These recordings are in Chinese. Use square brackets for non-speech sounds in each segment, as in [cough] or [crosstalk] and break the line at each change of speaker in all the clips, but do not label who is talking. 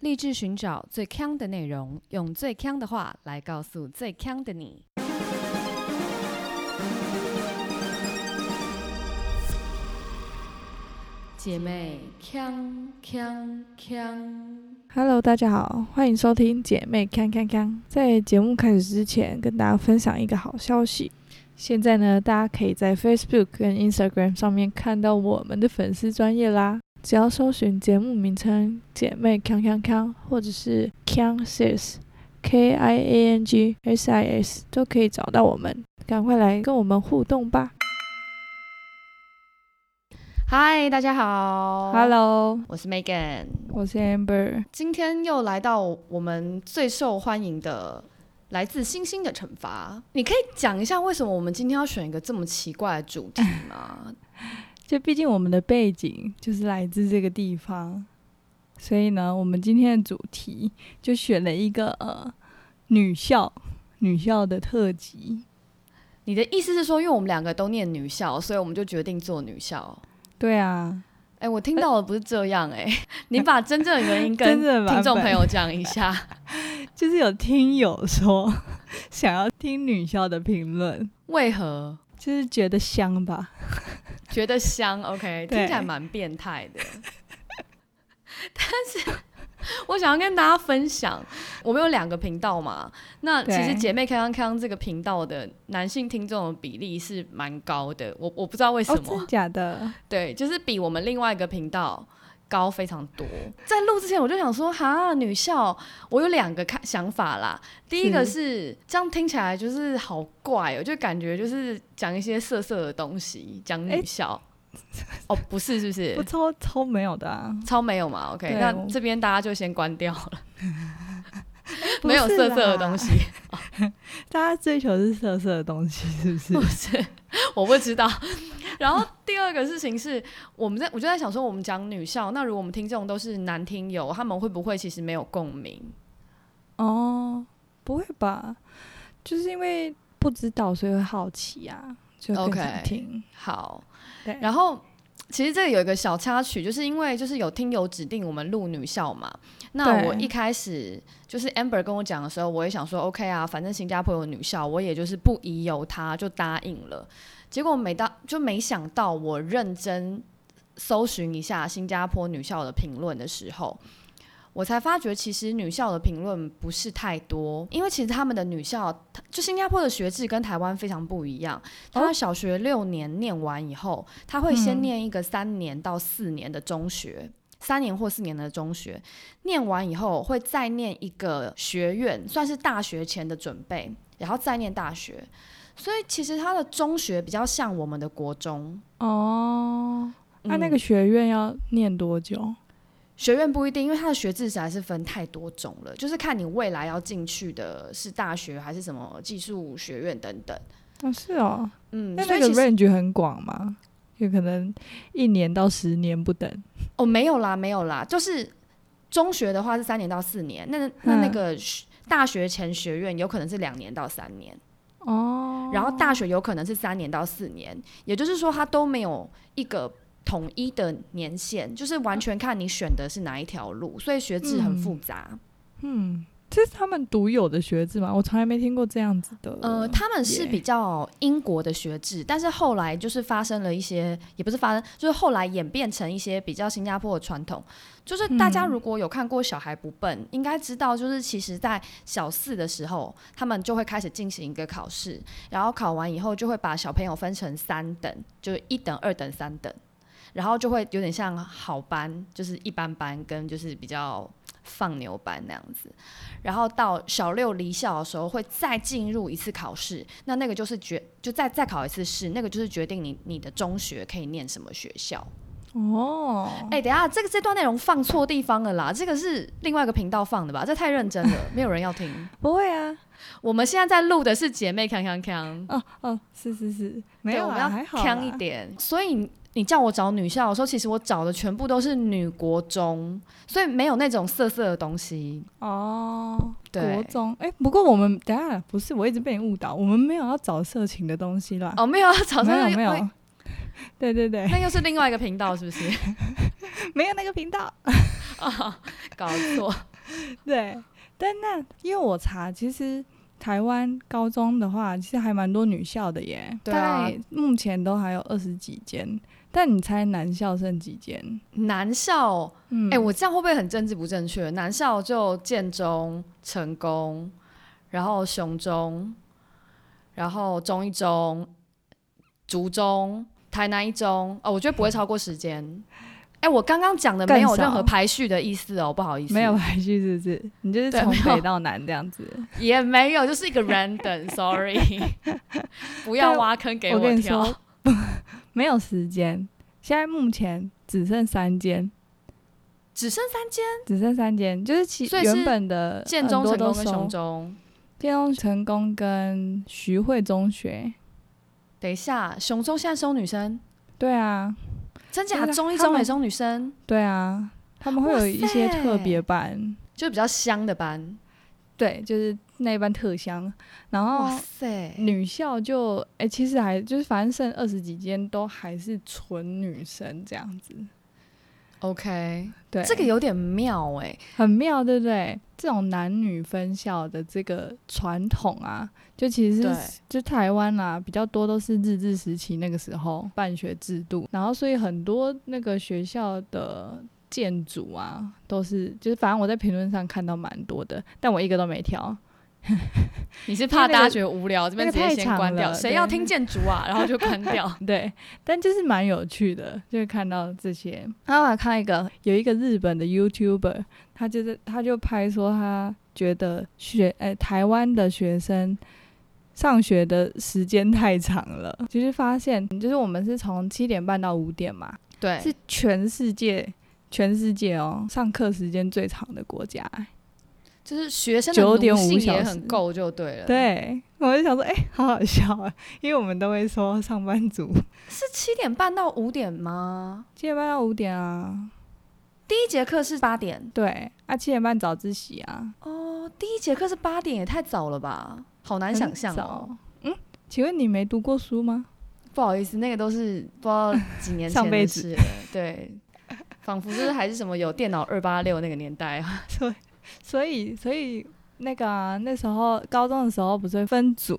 立志寻找最强的内容，用最强的话来告诉最强的你。姐妹，强强强！
Hello，大家好，欢迎收听姐妹康康康。在节目开始之前，跟大家分享一个好消息。现在呢，大家可以在 Facebook 跟 Instagram 上面看到我们的粉丝专业啦。只要搜寻节目名称“姐妹康康康”或者是 “Kang Sis”。K I A N G S I S 都可以找到我们，赶快来跟我们互动吧
嗨，大家好
！Hello，
我是 Megan，
我是 Amber。
今天又来到我们最受欢迎的来自星星的惩罚。你可以讲一下为什么我们今天要选一个这么奇怪的主题吗？
就毕竟我们的背景就是来自这个地方，所以呢，我们今天的主题就选了一个呃女校女校的特辑。
你的意思是说，因为我们两个都念女校，所以我们就决定做女校？
对啊，
哎、我听到的不是这样
[laughs]
哎、你把真正的原因跟
真正的版
听众
本
朋友讲一
[laughs]
下，
就是有听友说 [laughs] 想要听女校的评论，
为何
就是觉得香吧？
觉得香？OK，
对
听起来蛮变态的。 [laughs] 但是我想要跟大家分享，我们有两个频道嘛。那其实
对
姐妹康康康这个频道的男性听众的比例是蛮高的，我我不知道为什
哦，
么，
真的假的？
对，就是比我们另外一个频道高非常多。在录之前我就想说，哈，女校，我有两个看想法啦。第一个是这样听起来就是好怪哦、就感觉就是讲一些色色的东西，讲女
诶
[laughs] 校。哦，不是，是不是
我？超超没有的啊，
超没有嘛？OK，
对
那
我
这边大家就先关掉了，
不
没有
是
色色的 [laughs]
啦
东西，
大家追求是色色的东西，是不
不
是？
是，我不知道。 [laughs] 然后第二个事情是，我们在我就在想说，我们讲女校，那如果我们听众都是男听友，他们会不会其实没有共鸣？
哦，不会吧？就是因为不知道，所以会好奇啊，就更
OK
想听。
好，
对
然后其实这个有一个小插曲，就是因为就是有听友指定我们录女校嘛，那
对
我一开始就是 Amber 跟我讲的时候，我也想说 OK 啊，反正新加坡有女校，我也就是不疑有他，就答应了。结果没到，就没想到我认真搜寻一下新加坡女校的评论的时候，我才发觉其实女校的评论不是太多，因为其实他们的女校，就新加坡的学制跟台湾非常不一样。他们小学六年念完以后，他会先
哦嗯
念一个三年到四年的中学。三年或四年的中学，念完以后会再念一个学院，算是大学前的准备，然后再念大学。所以其实他的中学比较像我们的国中。
哦，那、
嗯
那个学院要念多久？
学院不一定，因为它的学制实在是分太多种了，就是看你未来要进去的是大学还是什么技术学院等等。
哦，是哦，
嗯，
那
所
那
以
个
其实
range 很广嘛，有可能一年到十年不等。
哦没有啦，没有啦，就是中学的话是三年到四年，那那那
嗯
个学大学前学院有可能是两年到三年。
哦，
然后大学有可能是三年到四年，也就是说它都没有一个统一的年限，就是完全看你选的是哪一条路，所以学制很复杂。
嗯，这是他们独有的学制嘛，我从来没听过这样子的。
呃，他们是
耶
比较英国的学制，但是后来就是发生了一些，也不是发生，就是后来演变成一些比较新加坡的传统。就是大家
嗯
如果有看过《小孩不笨》，应该知道，就是其实在小四的时候，他们就会开始进行一个考试，然后考完以后就会把小朋友分成三等，就是一等、二等、三等，然后就会有点像好班，就是一般班跟就是比较放牛班那样子。然后到小六离校的时候，会再进入一次考试，那那个就是决就再再考一次试，那个就是决定你你的中学可以念什么学校。
哦，
哎、等一下，这个这段内容放错地方了啦，这个是另外一个频道放的吧？这太认真
[laughs]
了，没有人要听。
不会啊，
我们现在在录的是姐妹锵锵锵，
哦哦，是是是，没
对
有
我们
啊，还
要
好
锵
啦
一。点。所以你你叫我找女校的时候，其实我找的全部都是女国中，所以没有那种色色的东西。
哦，
对
国中哎、不过我们等一下不是，我一直被你误导，我们没有要找色情的东西啦。
哦，没有，早
啊没
上
有没有， [laughs] 对对对，
[laughs] 那又是另外一个频道，是不是？
没有那个频道。 [laughs]
搞错，
对，但那因为我查，其实台湾高中的话，其实还蛮多女校的耶，
对
大
啊
概目前都还有二十几间。但你猜男校剩几间？
男校
嗯
哎、我这样会不会很政治不正确？南校就建中、成功，然后雄中，然后中一中、竹中、台南一中，哦，我觉得不会超过时间。哎、我刚刚讲的没有
更少
任何排序的意思哦，不好意思，
没有排序是不是？你就是
对
从
没有
北到南这样子。
也没有，就是一个 [laughs]
[laughs]
random，sorry，不要
但
挖坑给
啊我跟你
跳。
说，没有时间。现在目前只剩三间，
只剩三间，
只剩三间，就是其
所以是
原本的
建
很
中、
多
成
都
功跟
收
雄中。
建中成功跟徐汇中学。
等一下，雄中现在收女生，
对啊，
真假
对？啊
中一
他
中也
们
收女生，
对啊，他们会有一些
哇塞
特别班，
就比较香的班。
对，就是那一班特香。然
哇
后
塞，
女校就，哎、其实还就是反正剩二十几间都还是纯女生这样子。
OK，
对，
这个有点妙哎、
很妙，对不对？这种男女分校的这个传统啊，就其实
对
是就台湾啊，比较多都是日治时期那个时候办学制度，然后所以很多那个学校的建筑啊，都是就是反正我在评论上看到蛮多的，但我一个都没挑。
你是
因为
怕
那个
大家觉得无聊，这边
那
直
个
接
太
先
长
关掉，
了
谁
对
要听建筑啊？ [laughs] 然后就关掉。
[laughs] 对，但就是蛮有趣的，就是看到这些。然后我还看一个，有一个日本的 YouTuber，他就是他就拍说他觉得学呃、台湾的学生上学的时间太长了，就是发现就是我们是从七点半到五点嘛，
对，
是全世界。全世界哦，上课时间最长的国家、哎
就是学生的
9.5
奴性
小
也
时
很够就对了。，
对，我就想说，哎、好好笑啊！因为我们都会说上班族
是七点半到五点吗？
七点半到五点啊，
第一节课是八点
对啊，七点半早自习啊，
哦，第一节课是八点，也太早了吧？好难想象
很
哦。
早。嗯，请问你没读过书吗？
不好意思，那个都是不知道几年
[laughs] 上
前
辈
的
子
事了。对，仿佛就是还是什么有电脑二八六那个年代啊。
所以，所以，所以那个啊、那时候高中的时候不是会分组，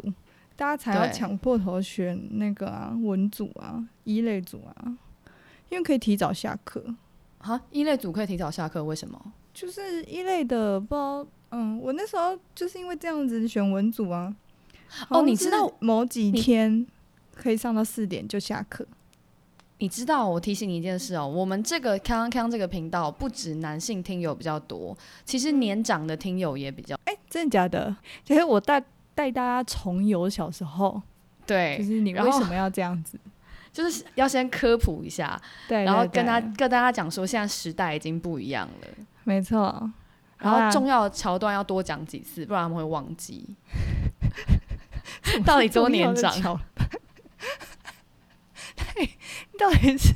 大家才要
对
抢破头选那个啊文组啊一类组啊，因为可以提早下课。
啊，一类组可以提早下课，为什么？
就是一类的，不知道，嗯，我那时候就是因为这样子选文组啊。好像
哦你知
是
道
某几
你
天可以上到四点就下课，
你知道，我提醒你一件事哦，我们这个康康这个频道不止男性听友比较多，其实年长的听友也比较
真的假的？就是我带带大家重游小时候，就
对，
是你
哎然
为
后
什么要这样
[laughs]
子？
就是要先科普一下，
对，
然后
对
跟他
对
跟大家讲说，现在时代已经不一样了，
没错，
然
好啦啊
后重要的桥段要多讲几次，不然他们会忘记。 [laughs] 到底多
[laughs]
年长？
重要的桥对，到底是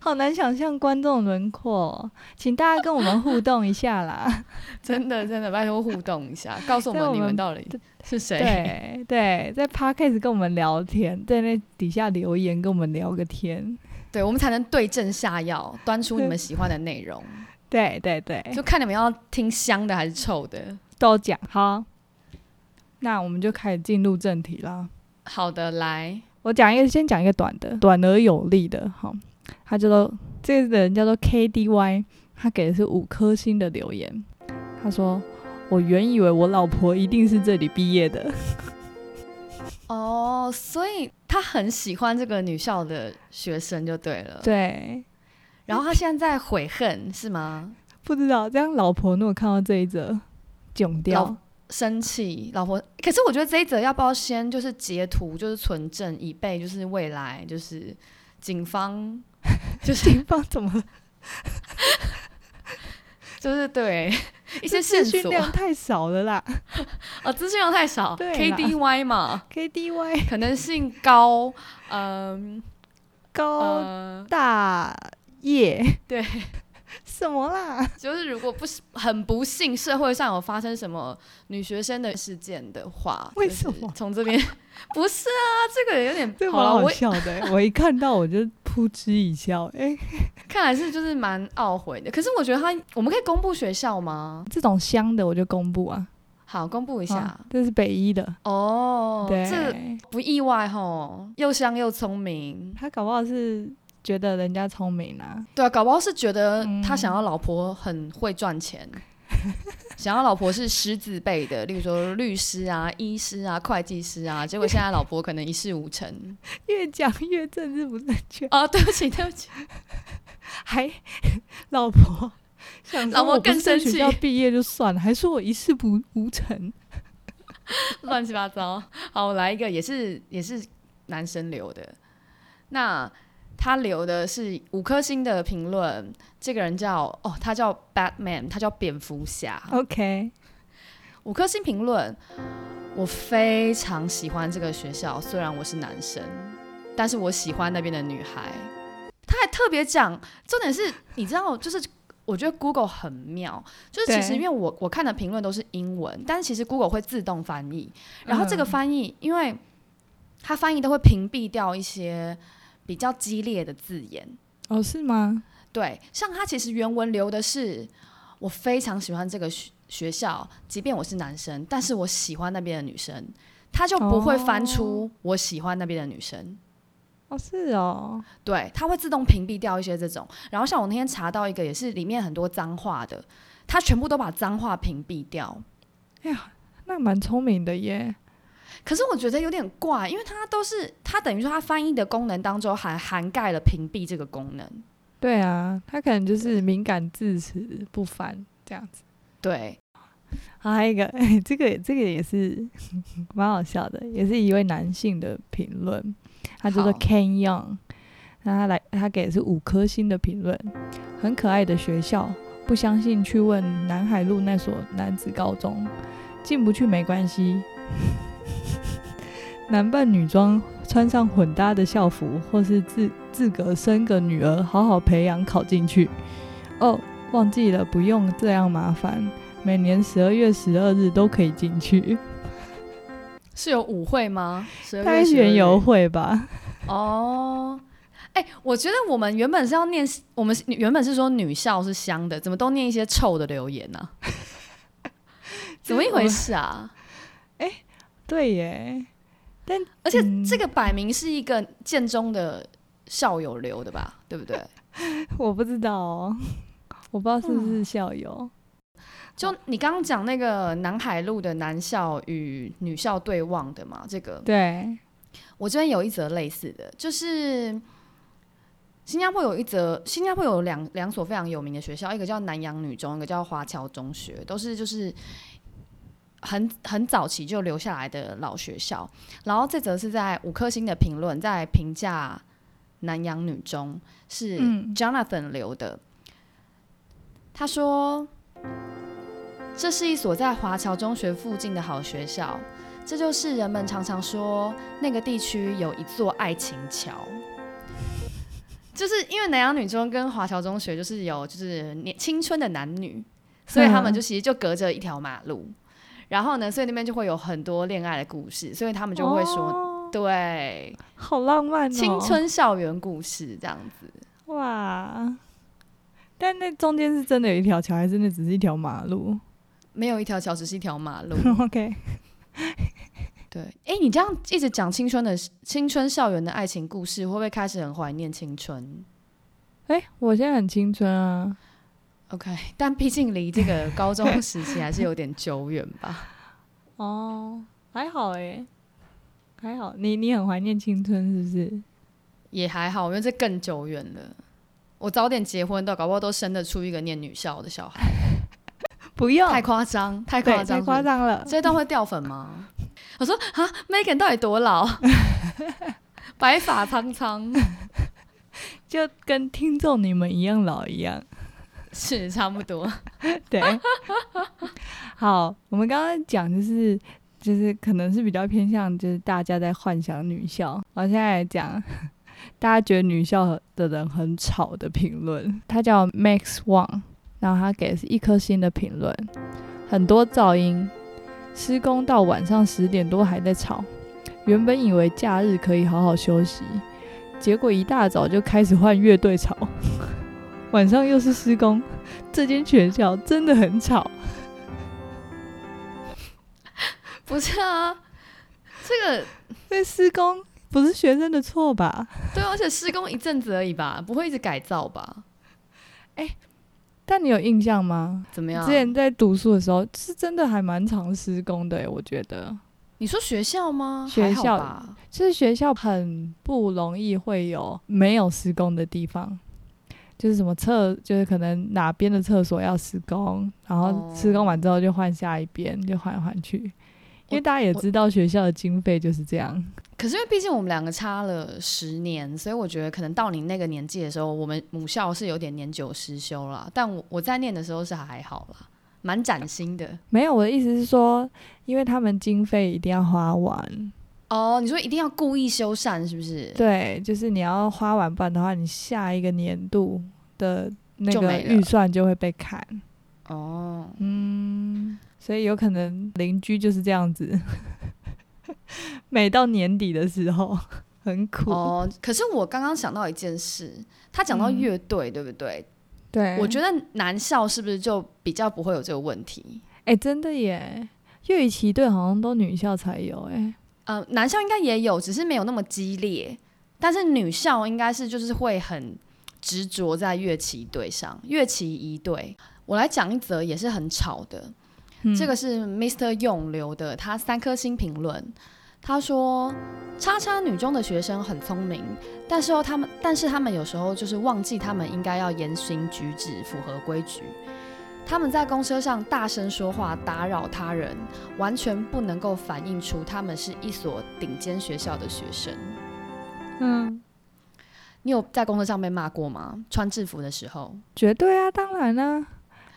好难想象观众轮廓哦，请大家跟我们互动一下
[laughs]
啦。
真的真的，拜托互动一
[laughs]
下，告诉我
对
们
我
你
们
们到底是谁。
对对，在 podcast 跟我们聊天，在那底下留言跟我们聊个天。
对，我们才能对症下药，端出你们喜欢的内容，
对对 [laughs] 对，
就看你们要听香的还是臭的。
都讲好。那我们就开始进入正题啦。
好的，来。
我讲一个，先讲一个短的，短而有力的。好，他叫做这个人叫做 KDY，他给的是五颗星的留言。他说：“我原以为我老婆一定是这里毕业的，
哦，所以他很喜欢这个女校的学生就对了。，
[laughs] 对，
然后他现在在悔恨是吗？
不知道这样老婆如果看到这一则，囧
老
[laughs] 掉。
生气，老婆。可是我觉得这一则要不要先就是截图，就是存证，以备就是未来就是警
[laughs]
方
警方怎么了
就是对一
一
些线
资讯
索
量太少了 [laughs] 啦
哦，资讯量太少
对啦
，KDY 嘛，
，KDY
可能性高，嗯
高、
呃，
大业
对，
[laughs] 什么啦？
就是如果不是 [laughs] 很不幸，社会上有发生什么女学生的事件的话，
为
就是
什么
从这边 [laughs] 不是啊？这个有点
这
好
蛮
了，
好
我
[laughs] 笑的欸、我一看到我就噗噗嗤一笑。哎、
看来是就是蛮懊悔的。可是我觉得他，我们可以公布学校吗？
这种香的我就公布啊，
好，公布一下
啊。这是北一的，
哦，这
对，
不意外吼，又香又聪明。
他搞不好是觉得人家聪
[laughs]
明啊，
对啊，搞不好是觉得他
嗯
想要老婆很会赚钱， [laughs] 想要老婆是狮子辈的，例如说律师啊、医师啊、会计师啊，结果现在老婆可能一事无成。
越讲越政治不正确，
[laughs] 哦，对不起，对不起，
还 [laughs]
[laughs]
老婆想说
老婆
我不是
更生
学
气
校毕业就算了，还说我一事不无成，
乱七八糟。好，我来一个，也是也是男生留的。那他留的是五颗星的评论，这个人叫哦，他叫 Batman，他叫蝙蝠侠。
OK，
五颗星评论，我非常喜欢这个学校，虽然我是男生，但是我喜欢那边的女孩。他还特别讲，重点是，你知道，就是我觉得 Google 很妙，就是其实
对
因为我我看的评论都是英文，但是其实 Google 会自动翻译，然后
嗯
这个翻译，因为它翻译都会屏蔽掉一些比较激烈的字眼，
哦是吗？
对，像他其实原文留的是我非常喜欢这个学学校，即便我是男生，但是我喜欢那边的女生，他就不会翻出我喜欢那边的女生。
哦是哦，
对，他会自动屏蔽掉一些这种。然后像我那天查到一个，也是里面很多脏话的，他全部都把脏话屏蔽掉。
那蛮聪明的耶，
可是我觉得有点怪，因为他都是他等于说他翻译的功能当中还涵盖了屏蔽这个功能。
对啊，他可能就是敏感字词不翻这样子。
对，
好还有一个， [laughs] 哎，这个这个也是 [laughs] 蛮好笑的，也是一位男性的评论，他叫做
好
Ken Young，那他来他给的是五颗星的评论，很可爱的学校，不相信去问南海路那所男子高中，进不去没关系， [laughs] 男扮女装，穿上混搭的校服，或是自自个生个女儿，好好培养考进去。哦，忘记了，不用这样麻烦。每年十二月十二日都可以进去，
是有舞会吗？12月
大概是园
12
游
日
会吧？
哦，哎、我觉得我们原本是要念，我们原本是说女校是香的，怎么都念一些臭的留言呢、怎么一回事啊？
对耶，
而且这个摆明是一个建中的校友留的吧，对不对？
我不知道哦，我不知道是不是校友。
就你刚刚讲那个南海路的男校与女校对望的嘛，这个
对，
我这边有一则类似的，就是新加坡有一则，新加坡有两两所非常有名的学校，一个叫南洋女中，一个叫华侨中学，都是就是很很早期就留下来的老学校。然后这则是在五颗星的评论，在评价南洋女中是
嗯
Jonathan 留的，他说。这是一所在华侨中学附近的好学校，这就是人们常常说那个地区有一座爱情桥，就是因为南洋女中跟华侨中学就是有就是年青春的男女，所以他
嗯
们就其实就隔着一条马路，然后呢，所以那边就会有很多恋爱的故事，所以他们就会说，
嗯哦
对，
好浪漫哦，
青春校园故事这样子。
哇！但那中间是真的有一条桥，还是那只是一条马路 [laughs]
没有一条桥，只是一条马路。
？OK，
[laughs] 对，哎、你这样一直讲青春的青春校园的爱情故事，会不会开始很怀念青春？
哎、我现在很青春啊，
OK，但毕竟离这个高中时期还是有点久远吧。
哦，还好哎、还好，你你很怀念青春是不是？
也还好，因为这更久远了。我早点结婚的，搞不好都生得出一个念女校的小孩，
不用
太夸张，哦太
对
夸张，
太夸。张了，
这段会掉粉吗？ [laughs] 我说啊，Megan 到底多老？ [laughs] 白发苍苍，
就跟听众你们一样老一样。
是差不多。
[laughs] 对，好，我们刚刚讲就是就是可能是比较偏向就是大家在幻想女校，我现在来讲大家觉得女校的人很吵的评论，他叫 Max Wang，然后他给的是一颗星的评论，很多噪音，施工到晚上十点多还在吵，原本以为假日可以好好休息。结果一大早就开始换乐队吵，晚上又是施工，这间学校真的很吵。
不是啊，这个
那施工不是学生的错吧？
对啊，而且施工一阵子而已吧，不会一直改造吧？
但你有印象吗？
怎么样？
之前在读书的时候，是真的还蛮常施工的耶，欸我觉得。
你说学校吗？
学
还好
校
吧
就是学校很不容易会有没有施工的地方，就是什么厕，就是可能哪边的厕所要施工，然后
哦
施工完之后就换下一边，就换来换去。因为大家也
我
知道学校的经费就是这样，
可是因为毕竟我们两个差了十年，所以我觉得可能到你那个年纪的时候，我们母校是有点年久失修啦。但我我在念的时候是还好啦，蛮崭新的。
没有我的意思是说，因为他们经费一定要花完，
哦，你说一定要故意修缮是不是？
对，就是你要花完，不然的话，你下一个年度的那
就
个
没了
预算就会被砍。
哦，
嗯，所以有可能邻居就是这样子，每到年底的时候很苦。
哦，可是我刚刚想到一件事，他讲到
嗯
乐队，对不对？
对
我觉得男校是不是就比较不会有这个问题？
哎、真的耶，乐语旗队好像都女校才有哎。
呃，男校应该也有，只是没有那么激烈。但是女校应该是就是会很执着在乐器队上，乐器一队。我来讲一则也是很吵的，
嗯
这个是 Mr. Yong 留的，他三颗星评论。他说：“叉叉女中的学生很聪明，但是哦，他们但是他们有时候就是忘记他们应该要言行举止符合规矩。他们在公车上大声说话，打扰他人，完全不能够反映出他们是一所顶尖学校的学生。
嗯，
你有在公车上被骂过吗？穿制服的时候，
绝对啊，当然啦、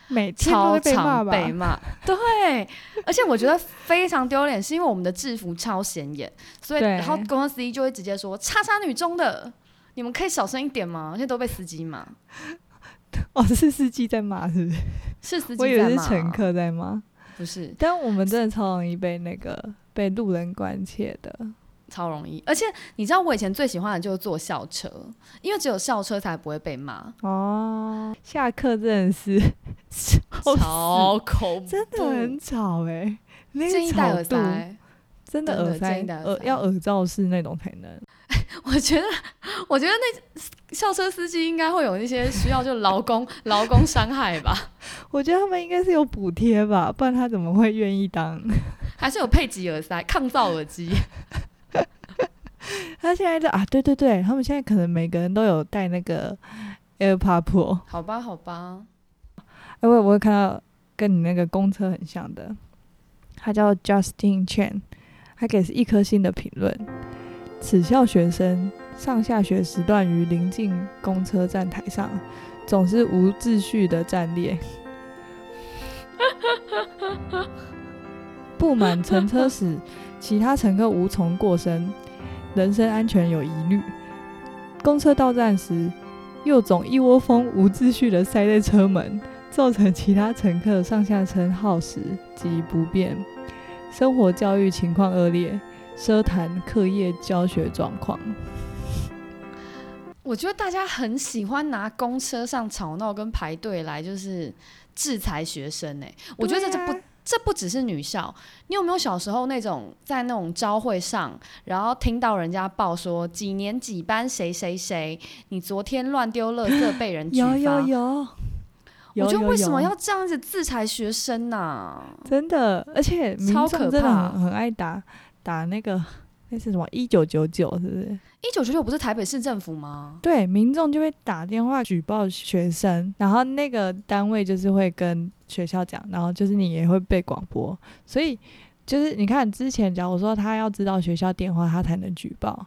每天都
超
会被骂
常
吧？
被骂。 [laughs] 对，而且我觉得非常丢脸，是因为我们的制服超显眼，所以
对
然后公车司机就会直接说“叉叉女中的”，你们可以小声一点吗？而且都被司机骂，
[laughs] 哦，是司机在骂，是不是？
是司
我以
机在
为是
骂，
乘客在骂，
不是
但我们真的超容易被那个被路人关切的。
超容易。而且你知道我以前最喜欢的就是坐校车，因为只有校车才不会被
[laughs]
骂。
哦，下课真的是超
超恐怖，
哦真的很吵哎、那
建议
个
戴
吵
耳
度
塞。
真的
真的
耳塞
建议戴耳
耳
塞
要耳罩式那种才能。
我觉得，我觉得那校车司机应该会有一些需要，就劳工劳工伤害吧，
我觉得他们应该是有补贴吧，不然他怎么会愿意当？ [laughs]
还是有配几耳塞、抗噪耳机？
他现在的啊，对对对，他们现在可能每个人都有带那个 AirPod Pro。
[laughs] 好吧，好吧，
哎、我有我有看到跟你那个公车很像的，他叫 Justin Chen，他给是一颗星的评论。此校学生上下学时段于临近公车站台上，总是无秩序的站列，布满乘车室，其他乘客无从过身，人身安全有疑虑。公车到站时，又总一窝蜂无秩序的塞在车门，造成其他乘客上下车耗时及不便，生活教育情况恶劣，奢谈课业教学状况。
我觉得大家很喜欢拿公车上吵闹跟排队来就是制裁学生呢、我觉得这
对
这
啊
不。这不只是女校，你有没有小时候那种在那种招会上，然后听到人家报说几年几班谁谁谁，你昨天乱丢垃圾被 [laughs] 人举发，
啊有，
我觉得为什么
有
要这样子制裁学生啊呢、
真的？而且民
超
众
可
真的
怕
很很爱打打那个那是什么一九九九是不是？
一九九九不是台北市政府吗？
对，民众就会打电话举报学生，然后那个单位就是会跟学校讲，然后就是你也会被广播，所以就是你看之前，假如说他要知道学校电话，他才能举报。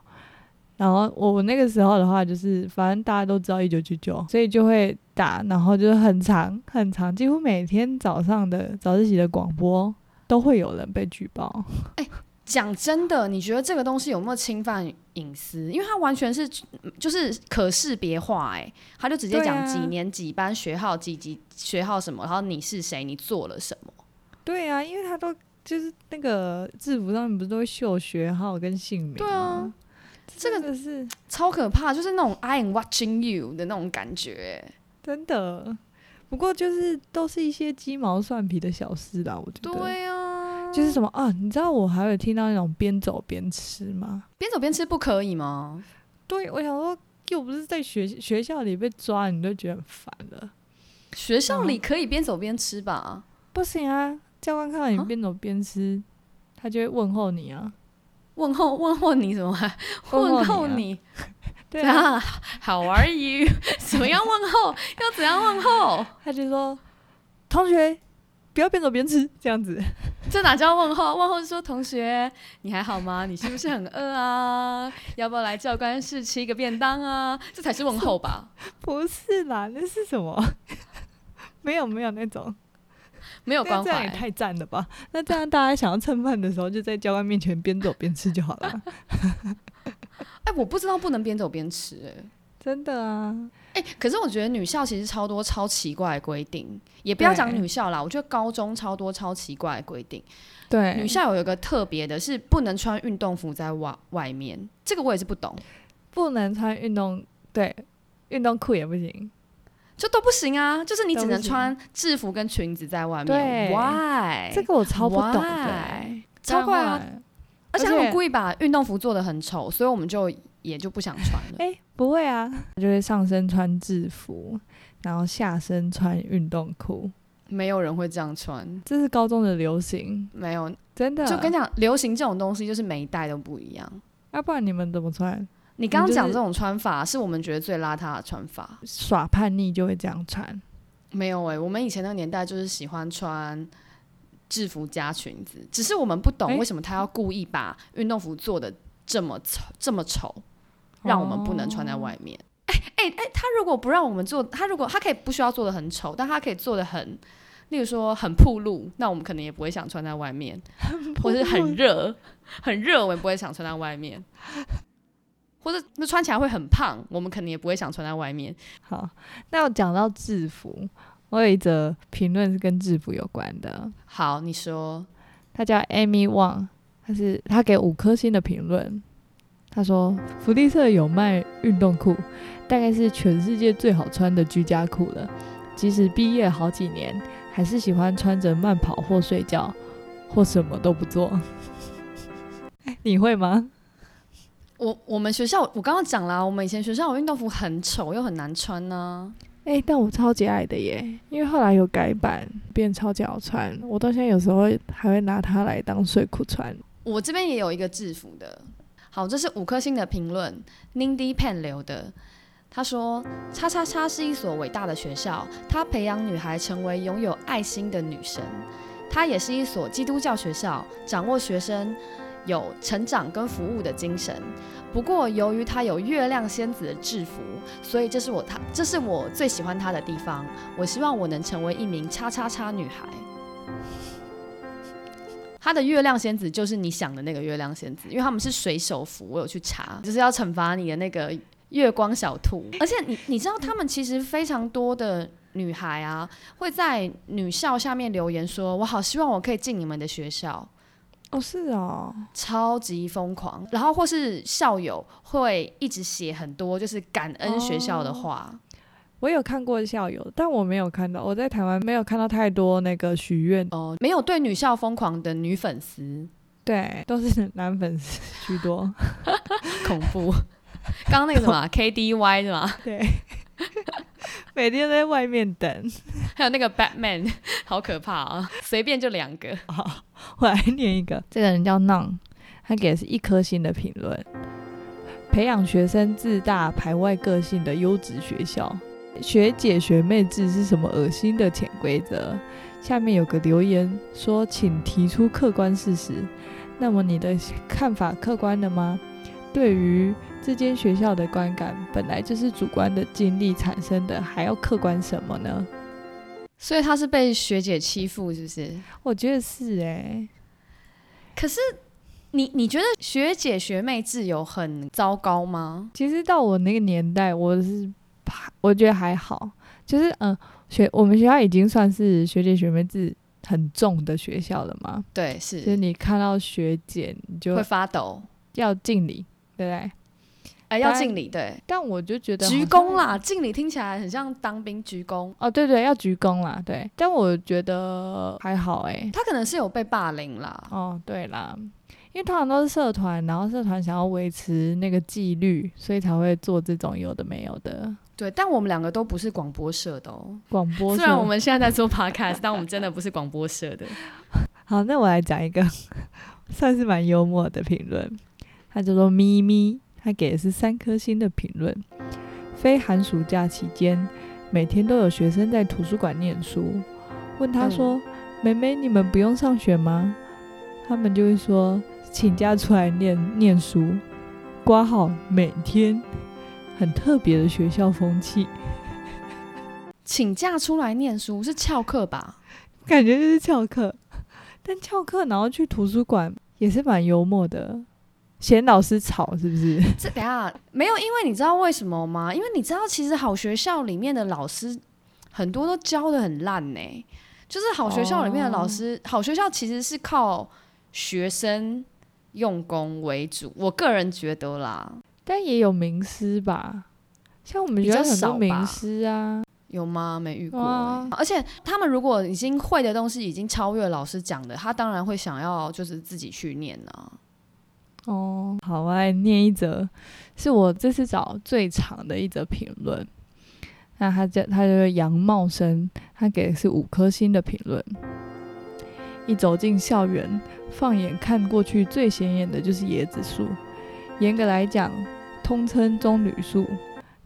然后我我那个时候的话，就是反正大家都知道一九九九，所以就会打，然后就是很长很长，几乎每天早上的早自习的广播都会有人被举报。
讲真的，你觉得这个东西有没有侵犯隐私？因为它完全是就是可识别化、欸，哎，他就直接
对
讲
啊
几年几班学号几级学号什么，然后你是谁，你做了什么。
对啊，因为他都就是那个制服上面不是都会秀学号跟姓名
对啊
吗？
这个
真的是
超可怕，就是那种 I am watching you 的那种感觉、欸
真的。不过就是都是一些鸡毛蒜皮的小事啦，我觉得。
对啊，
就是什么啊？你知道我还有听到那种边走边吃吗？
边走边吃不可以吗？
对，我想说，又不是在学学校里被抓，你就觉得很烦了。
学校里可以边走边吃吧？
不行啊，教官看到你
啊
边走边吃，他就会问候你啊。
问候问候你什么啊？
[laughs] 问
问
候
候
你
你
对
怎
啊，
样？How [laughs] are you？怎么样问候？要怎样问候？
他就说同学不要边走边吃这样子。
这哪叫问候？问候是说同学你还好吗？你是不是很饿啊？要不要来教官室吃一个便当啊？这才是问候 [laughs] 吧？
不是啦，那是什么？ [laughs] 没有没有那种，
没有
那
关
这样也
怀。
太赞了吧？那这样大家想要蹭饭的时候，就在教官面前边走边吃就好了。 [laughs]
哎、我不知道不能边走边吃、哎。
真
[laughs]
的啊，
哎、可是我觉得女校其实超多超奇怪的规定，也不要讲
对
女校啦，我觉得高中超多超奇怪的规定。
对
女校有一个特别的是不能穿运动服在外外面，这个我也是不懂，
不能穿运动，对，运动裤也不行。
就都不行啊，就是你
都
只
不
能
行
穿制服跟裙子在外面
对
，why？
这个我超不懂的、
哎 Why？超怪啊！
当然！
而且他
而
们
且
故意把运动服做的很丑，所以我们就也就不想穿了。
哎、不会啊，就会上身穿制服，然后下身穿运动裤，
没有人会这样穿，
这是高中的流行，
没有，
真的。啊
就跟你讲，流行这种东西就是每一代都不一样。
要、不然你们怎么穿？
你刚刚
你嗯就是
讲这种穿法是我们觉得最邋遢的穿法，
耍叛逆就会这
[laughs]
样穿。
没有欸诶、我们以前那个年代就是喜欢穿制服加裙子，只是我们不懂
诶
为什么他要故意把运动服做的这么丑，这么丑，让我们不能穿在外面。哎哎哎，他如果不让我们做，他如果他可以不需要做的很丑，但他可以做的很，例如说很暴露，那我们可能也不会想穿在外面，或是很热，很热我们也不会想穿在外面，或者那穿起来会很胖，我们可能也不会想穿在外面。
好，那我讲到制服，我有一则评论是跟制服有关的，
好，你说。
他叫 Amy Wang，他是他给五颗星的评论。他说，福利社有卖运动裤，大概是全世界最好穿的居家裤了。即使毕业好几年，还是喜欢穿着慢跑或睡觉，或什么都不做。 [laughs] 你会吗？
我我们学校，我刚刚讲啊啦，我们以前学校的运动服很丑又很难穿啊呢、
哎、但我超级爱的耶，因为后来有改版，变超级好穿。我到现在有时候还会拿它来当睡裤穿。
我这边也有一个制服的，好，这是五颗星的评论，Nindy Pen 留的。他说：“叉叉叉是一所伟大的学校，它培养女孩成为拥有爱心的女神。它也是一所基督教学校，掌握学生有成长跟服务的精神。不过，由于它有月亮仙子的制服，所以这是我它这是我最喜欢它的地方。我希望我能成为一名叉叉叉女孩。”他的月亮仙子就是你想的那个月亮仙子，因为他们是水手服，我有去查，就是要惩罚你的那个月光小兔。而且你你知道，他们其实非常多的女孩啊，会在女校下面留言说：“我好希望我可以进你们的学校。”
哦，是哦，
超级疯狂，然后或是校友会一直写很多就是感恩学校的话，
我有看过校友，但我没有看到，我在台湾没有看到太多那个许愿，
哦、没有对女校疯狂的女粉丝，
对，都是男粉丝 [laughs] 居多。
恐怖。 [laughs] 刚刚那个什么啊 KDY 是吗？
对， [laughs] 每天在外面等，
还有那个 Batman，好可怕啊！随便就两个，
[laughs] 我来念一个，这个人叫 Non，他给的是一颗星的评论，培养学生自大排外个性的优质学校。学姐学妹制是什么恶心的潜规则？下面有个留言说，请提出客观事实。那么你的看法客观的吗？对于这间学校的观感，本来就是主观的经历产生的，还要客观什么呢？
所以他是被学姐欺负，是不是？
我觉得是欸诶、
可是你你觉得学姐学妹制有很糟糕吗？
其实到我那个年代，我是怕我觉得还好，就是嗯、呃学我们学校已经算是学姐学妹制很重的学校了嘛，
对，
就是
是
你看到学姐你就
会发抖。
要敬礼，对不对？
哎，要敬礼，对，
但我就觉得
鞠
好像
躬啦，敬礼听起来很像当兵鞠躬。
哦，对对，要鞠躬啦，对。但我觉得还好哎、
他可能是有被霸凌啦，
哦，对啦，因为通常都是社团，然后社团想要维持那个纪律，所以才会做这种有的没有的
对，但我们两个都不是广播社的哦。
广播社。
虽然我们现在在做 podcast，但我们真的不是广播社的。
好，那我来讲一个算是蛮幽默的评论，他叫做咪咪，他给的是三颗星的评论。非寒暑假期间，每天都有学生在图书馆念书，问他说：“妹妹，你们不用上学吗？”他们就会说：“请假出来念念书，挂号每天，很特别的学校风气，
请假出来念书是翘课吧？
感觉就是翘课。 [laughs] 但翘课然后去图书馆也是蛮幽默的，嫌老师吵是不是？”
这等一下没有，因为你知道为什么吗？因为你知道，其实好学校里面的老师很多都教的很烂呢、就是好学校里面的老师，
哦
好学校其实是靠学生用功为主，我个人觉得啦，
但也有名师吧，像我们
比
学校
较
很
少
多
吧
名师啊，
有吗？没遇过、
哇
欸。而且他们如果已经会的东西已经超越老师讲的，他当然会想要就是自己去念啊。
哦，好，我来念一则，是我这次找最长的一则评论。那他叫他就是杨茂生，他给的是五颗星的评论。一走进校园，放眼看过去，最显眼的就是椰子树，严格来讲，通称棕榈树。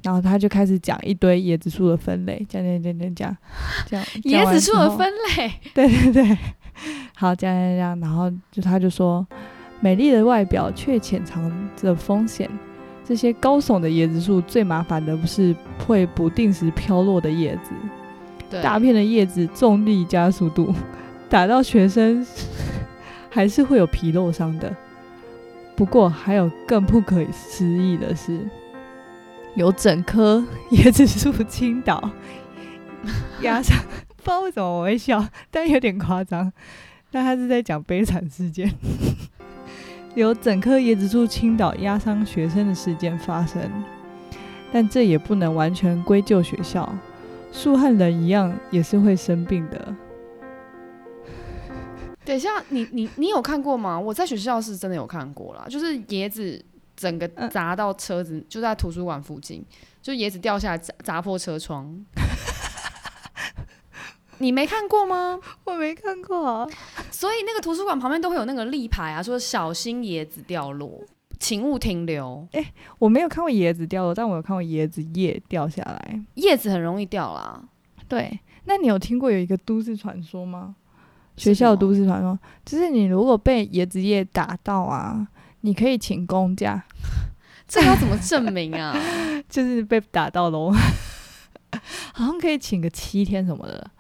然后他就开始讲一堆椰子树的分类，讲讲讲讲讲，讲讲
椰
完
子
之
树的
后
分类，
对对 [laughs] 对，好，这样这样这样，然后就他就说，美丽的外表却潜藏着风险。这些高耸的椰子树最麻烦的不是会不定时飘落的叶子，
对，
大片的叶子重力加速度 [laughs] 打到学生， [laughs] 还是会有皮肉伤的。不过还有更不可思议的是，有整 [laughs] 棵椰子树倾倒， [laughs] 压上， [laughs] 不知道为什么我会笑，但有点夸张。但他是在讲悲惨事件， [laughs] 有整棵椰子树倾倒压伤学生的事件发生，但这也不能完全归咎学校。树和人一样也是会生病的。
等一下，你你你有看过吗？我在学校是真的有看过啦，就是椰子整个
嗯
砸到车子，就在图书馆附近，就椰子掉下来砸砸破车窗。 [laughs] 你没看过吗？
我没看过、
所以那个图书馆旁边都会有那个立牌啊，说小心椰子掉落，请勿停留。
我没有看过椰子掉落，但我有看过椰子叶掉下来。
叶子很容易掉啦。
对，那你有听过有一个都市传说吗？
是
学校
什
的
么
都市传说就是你如果被椰子叶打到啊，你可以请公假，
这个要怎么证明啊？
[laughs]
[laughs]
就是被打到喽， [laughs] 好像可以请个七天什么的。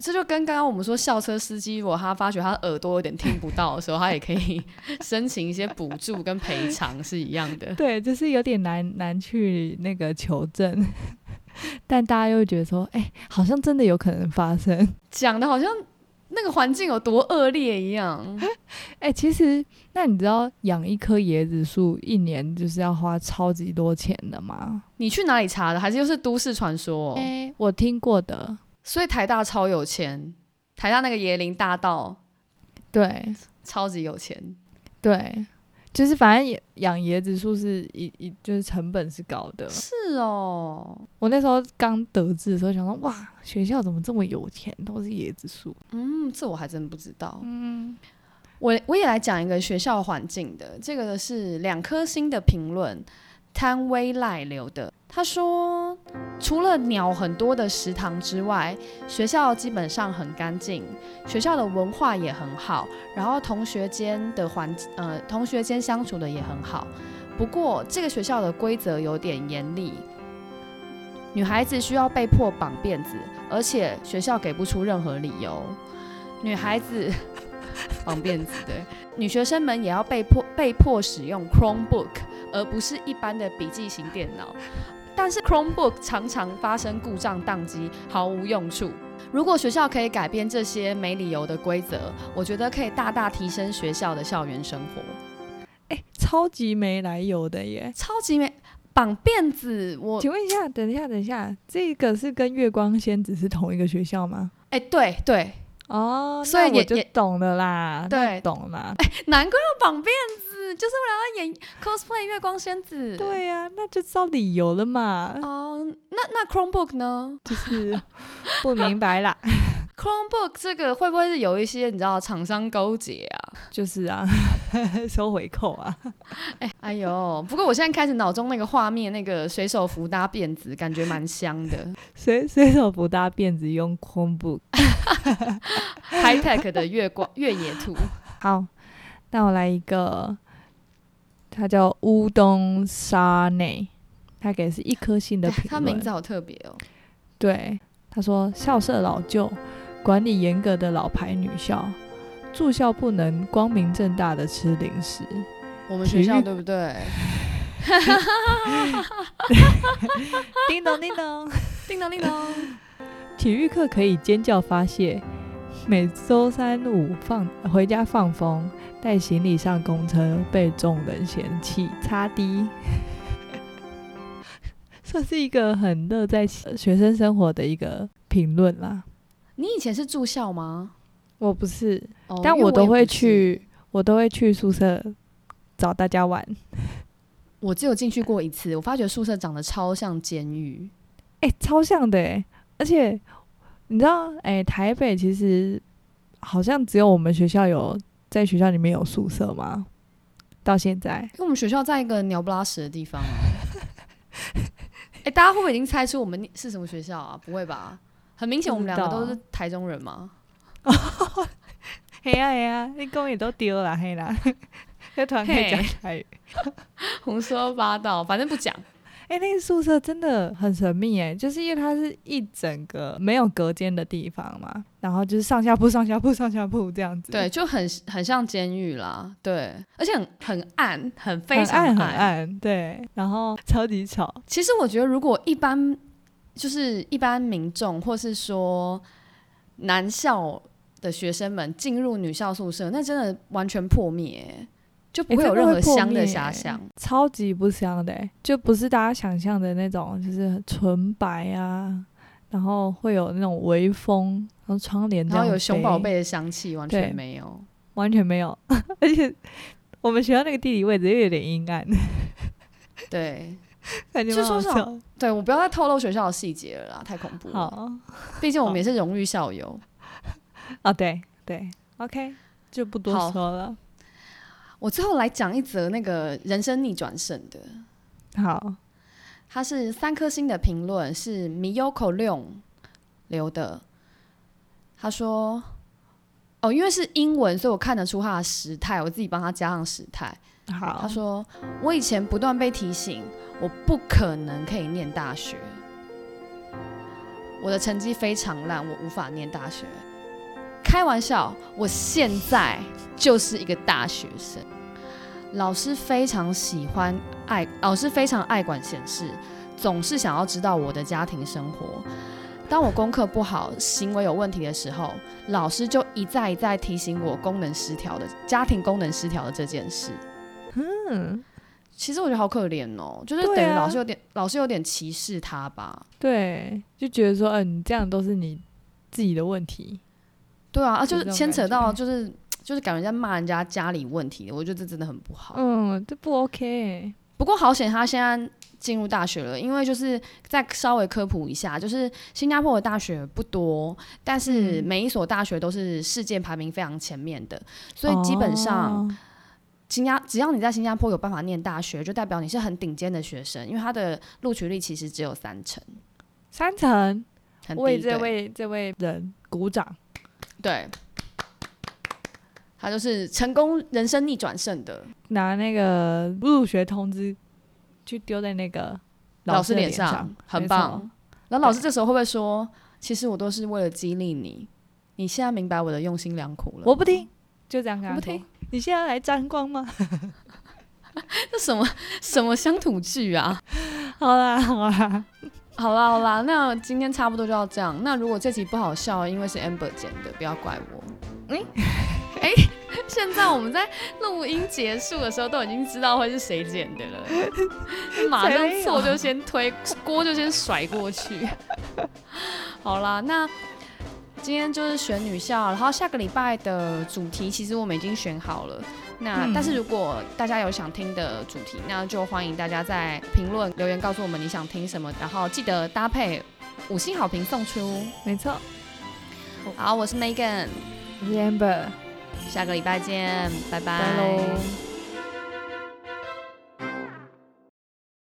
这就跟刚刚我们说校车司机，如果他发觉他耳朵有点听不到的时候，他也可以 [laughs] 申请一些补助跟赔偿是一样的。
对，就是有点难难去那个求证， [laughs] 但大家又会觉得说，哎、好像真的有可能发生。
讲的好像那个环境有多恶劣一样。
哎、其实那你知道养一棵椰子树一年就是要花超级多钱的吗？
你去哪里查的？还是又是都市传说、哦？
哎、我听过的，
所以台大超有钱，台大那个椰林大道
对
超级有钱。
对，就是反正也养椰子树是一一就是成本是高的。
是哦，
我那时候刚得知的时候，想说哇，学校怎么这么有钱，都是椰子树？
嗯，这我还真不知道。
嗯，
我我也来讲一个学校环境的，这个是两颗星的评论，摊威赖留的。他说，除了鸟很多的食堂之外，学校基本上很干净，学校的文化也很好，然后同学间的环呃同学间相处的也很好。不过这个学校的规则有点严厉，女孩子需要被迫绑辫子，而且学校给不出任何理由。女孩子绑辫子，对，女学生们也要被迫被迫使用 Chromebook，而不是一般的笔记型电脑。但是 Chromebook 常常发生故障宕机，毫无用处。如果学校可以改变这些没理由的规则，我觉得可以大大提升学校的校园生活。
哎、超级没来由的耶！
超级没绑辫子，我
请问一下，等一下，等一下，这个是跟月光仙子是同一个学校吗？
哎、对对，
哦，
所以
那我
也
就
也
懂了啦，那
对
懂啦。
难怪要绑辫子，就是为了要演 cosplay 月光仙子。
对啊呀、那就知道理由了嘛，
哦、那那 Chromebook 呢
就是
[laughs]
不明白啦，
？Chromebook 这个会不会是有一些你知道厂商勾结啊？
就是啊， [laughs] 收回扣啊。
[laughs] 哎呦，不过我现在开始脑中那个画面，那个水手服搭辫子，感觉蛮香
[laughs]
的
随随手不搭辫子用
[laughs]
Chromebook。
，high tech 的月光越野
[laughs]
兔。
好，那我来一个，它叫乌冬沙内，它给的是一颗星的
对
评，
它
论。
名字好特别哦。
对，他说校舍老旧，管理严格的老牌女校，住校不能光明正大的吃零
[laughs]
食。
我们
体育
学校对不对？
叮咚叮咚，
叮咚叮咚， [laughs]
体育课可以尖叫发泄，每周三五放呃回家放风，带行李上公车被众人嫌弃，擦低。 [laughs] 算是一个很乐在学生生活的一个评论啦。
你以前是住校吗？
我不是，
哦
但
因为
我
我
都
也
会
不是，
去，我都会去宿舍找大家玩。
我只有进去过一次，我发觉宿舍长得超像监狱。
哎、超像的哎、而且你知道，哎、台北其实好像只有我们学校有在学校里面有宿舍吗？到现在，
因为我们学校在一个鸟不拉屎的地方、啊。 [laughs] 哎、大家会不会已经猜出我们念是什么学校啊？不会吧？很明显，我们两个
不知
都
道
是台中人
[laughs]
嘛。
嘿呀嘿呀，你公也都丢了嘿啦， [laughs] 要突然
可以讲
台语。
胡说八道，反正不讲。
哎、那个宿舍真的很神秘哎、就是因为它是一整个没有隔间的地方嘛，然后就是上下铺、上下铺、上下铺这样子。
对，，就很很像监狱啦。对，而且很很暗，很非
很
常
暗很暗，对，然后超级吵，
其实我觉得，如果一般就是一般民众，或是说男校的学生们进入女校宿舍，那真的完全破灭欸，就不
欸
会有
真的
任
会
何
破
香的
灭
遐
欸
想。
超级不香的欸、就不是大家想象的那种，就是很纯白啊，然后会有那种微风，然后窗帘这
然
样，
后有熊宝，贝的香气，完
对
全没有。
完全没有， [laughs] 而且我们学校那个地理位置又有点阴暗， [laughs]
对，
感觉
就
蛮
说
好
是
笑。
对我不要再透露学校的细节了啦，太恐怖了。
好
毕竟我
好
们也是荣誉校友。
啊，对对，OK，就不多
好
说了。
我最后来讲一则那个人生逆转胜的，
好，
它是三颗星的评论，是 Miyoko l o n 留的。他说：“哦，因为是英文，所以我看得出他的时态，我自己帮他加上时态。
好，
他说：我以前不断被提醒，我不可能可以念大学，我的成绩非常烂，我无法念大学。开玩笑，我现在就是一个大学生。老师非常喜欢爱，老师非常爱管闲事，总是想要知道我的家庭生活。当我功课不好、行为有问题的时候，老师就一再一再提醒我功能失调的家庭功能失调的这件事。
嗯，
其实我觉得好可怜哦，就是
对
等于
啊
老师有点、老师有点歧视他吧。
对，就觉得说，嗯、你这样都是你自己的问题，
对啊，啊就
就
是是
这种
牵扯到
感
就是就是感觉在骂人家家里问题，我觉得这真的很不好。
嗯，这不 OK 欸、
不过好险他现在进入大学了，因为就是再稍微科普一下，就是新加坡的大学不多，但是
嗯
每一所大学都是世界排名非常前面的，所以基本上
哦
新加只要你在新加坡有办法念大学，就代表你是很顶尖的学生，因为他的录取率其实只有三成，
三层。
很低。
为这
对
位这位人鼓掌。
对，他就是成功人生逆转胜的
拿那个入学通知去丢在那个
老
师
师
的
脸
上，
上，很
没
棒
错。。
然后老师这时候会不会说：“其实我都是为了激励你，你现在明白我的用心良苦了。”
我不，听，就这样跟
我
他
不
说
听，
你现在来沾光吗？ [laughs]
这什么什么乡土剧啊！ [laughs]
好啦好啦，
好啦好啦，那今天差不多就要这样。那如果这集不好笑，因为是 Amber 剪的，不要怪我。哎、哎、现在道我们在录音结束的时候都已经知道会是谁剪的了，马上错就先推锅就先甩过去。 [laughs] 好啦，那今天就是选女校，然后下个礼拜的主题其实我们已经选好了。那、
嗯
但是如果大家有想听的主题，那就欢迎大家在评论留言告诉我们你想听什么，然后记得搭配五星好评送出。
没错。
好，我是 Megan，
我是 Amber，
下个礼拜见，拜拜
拜喽。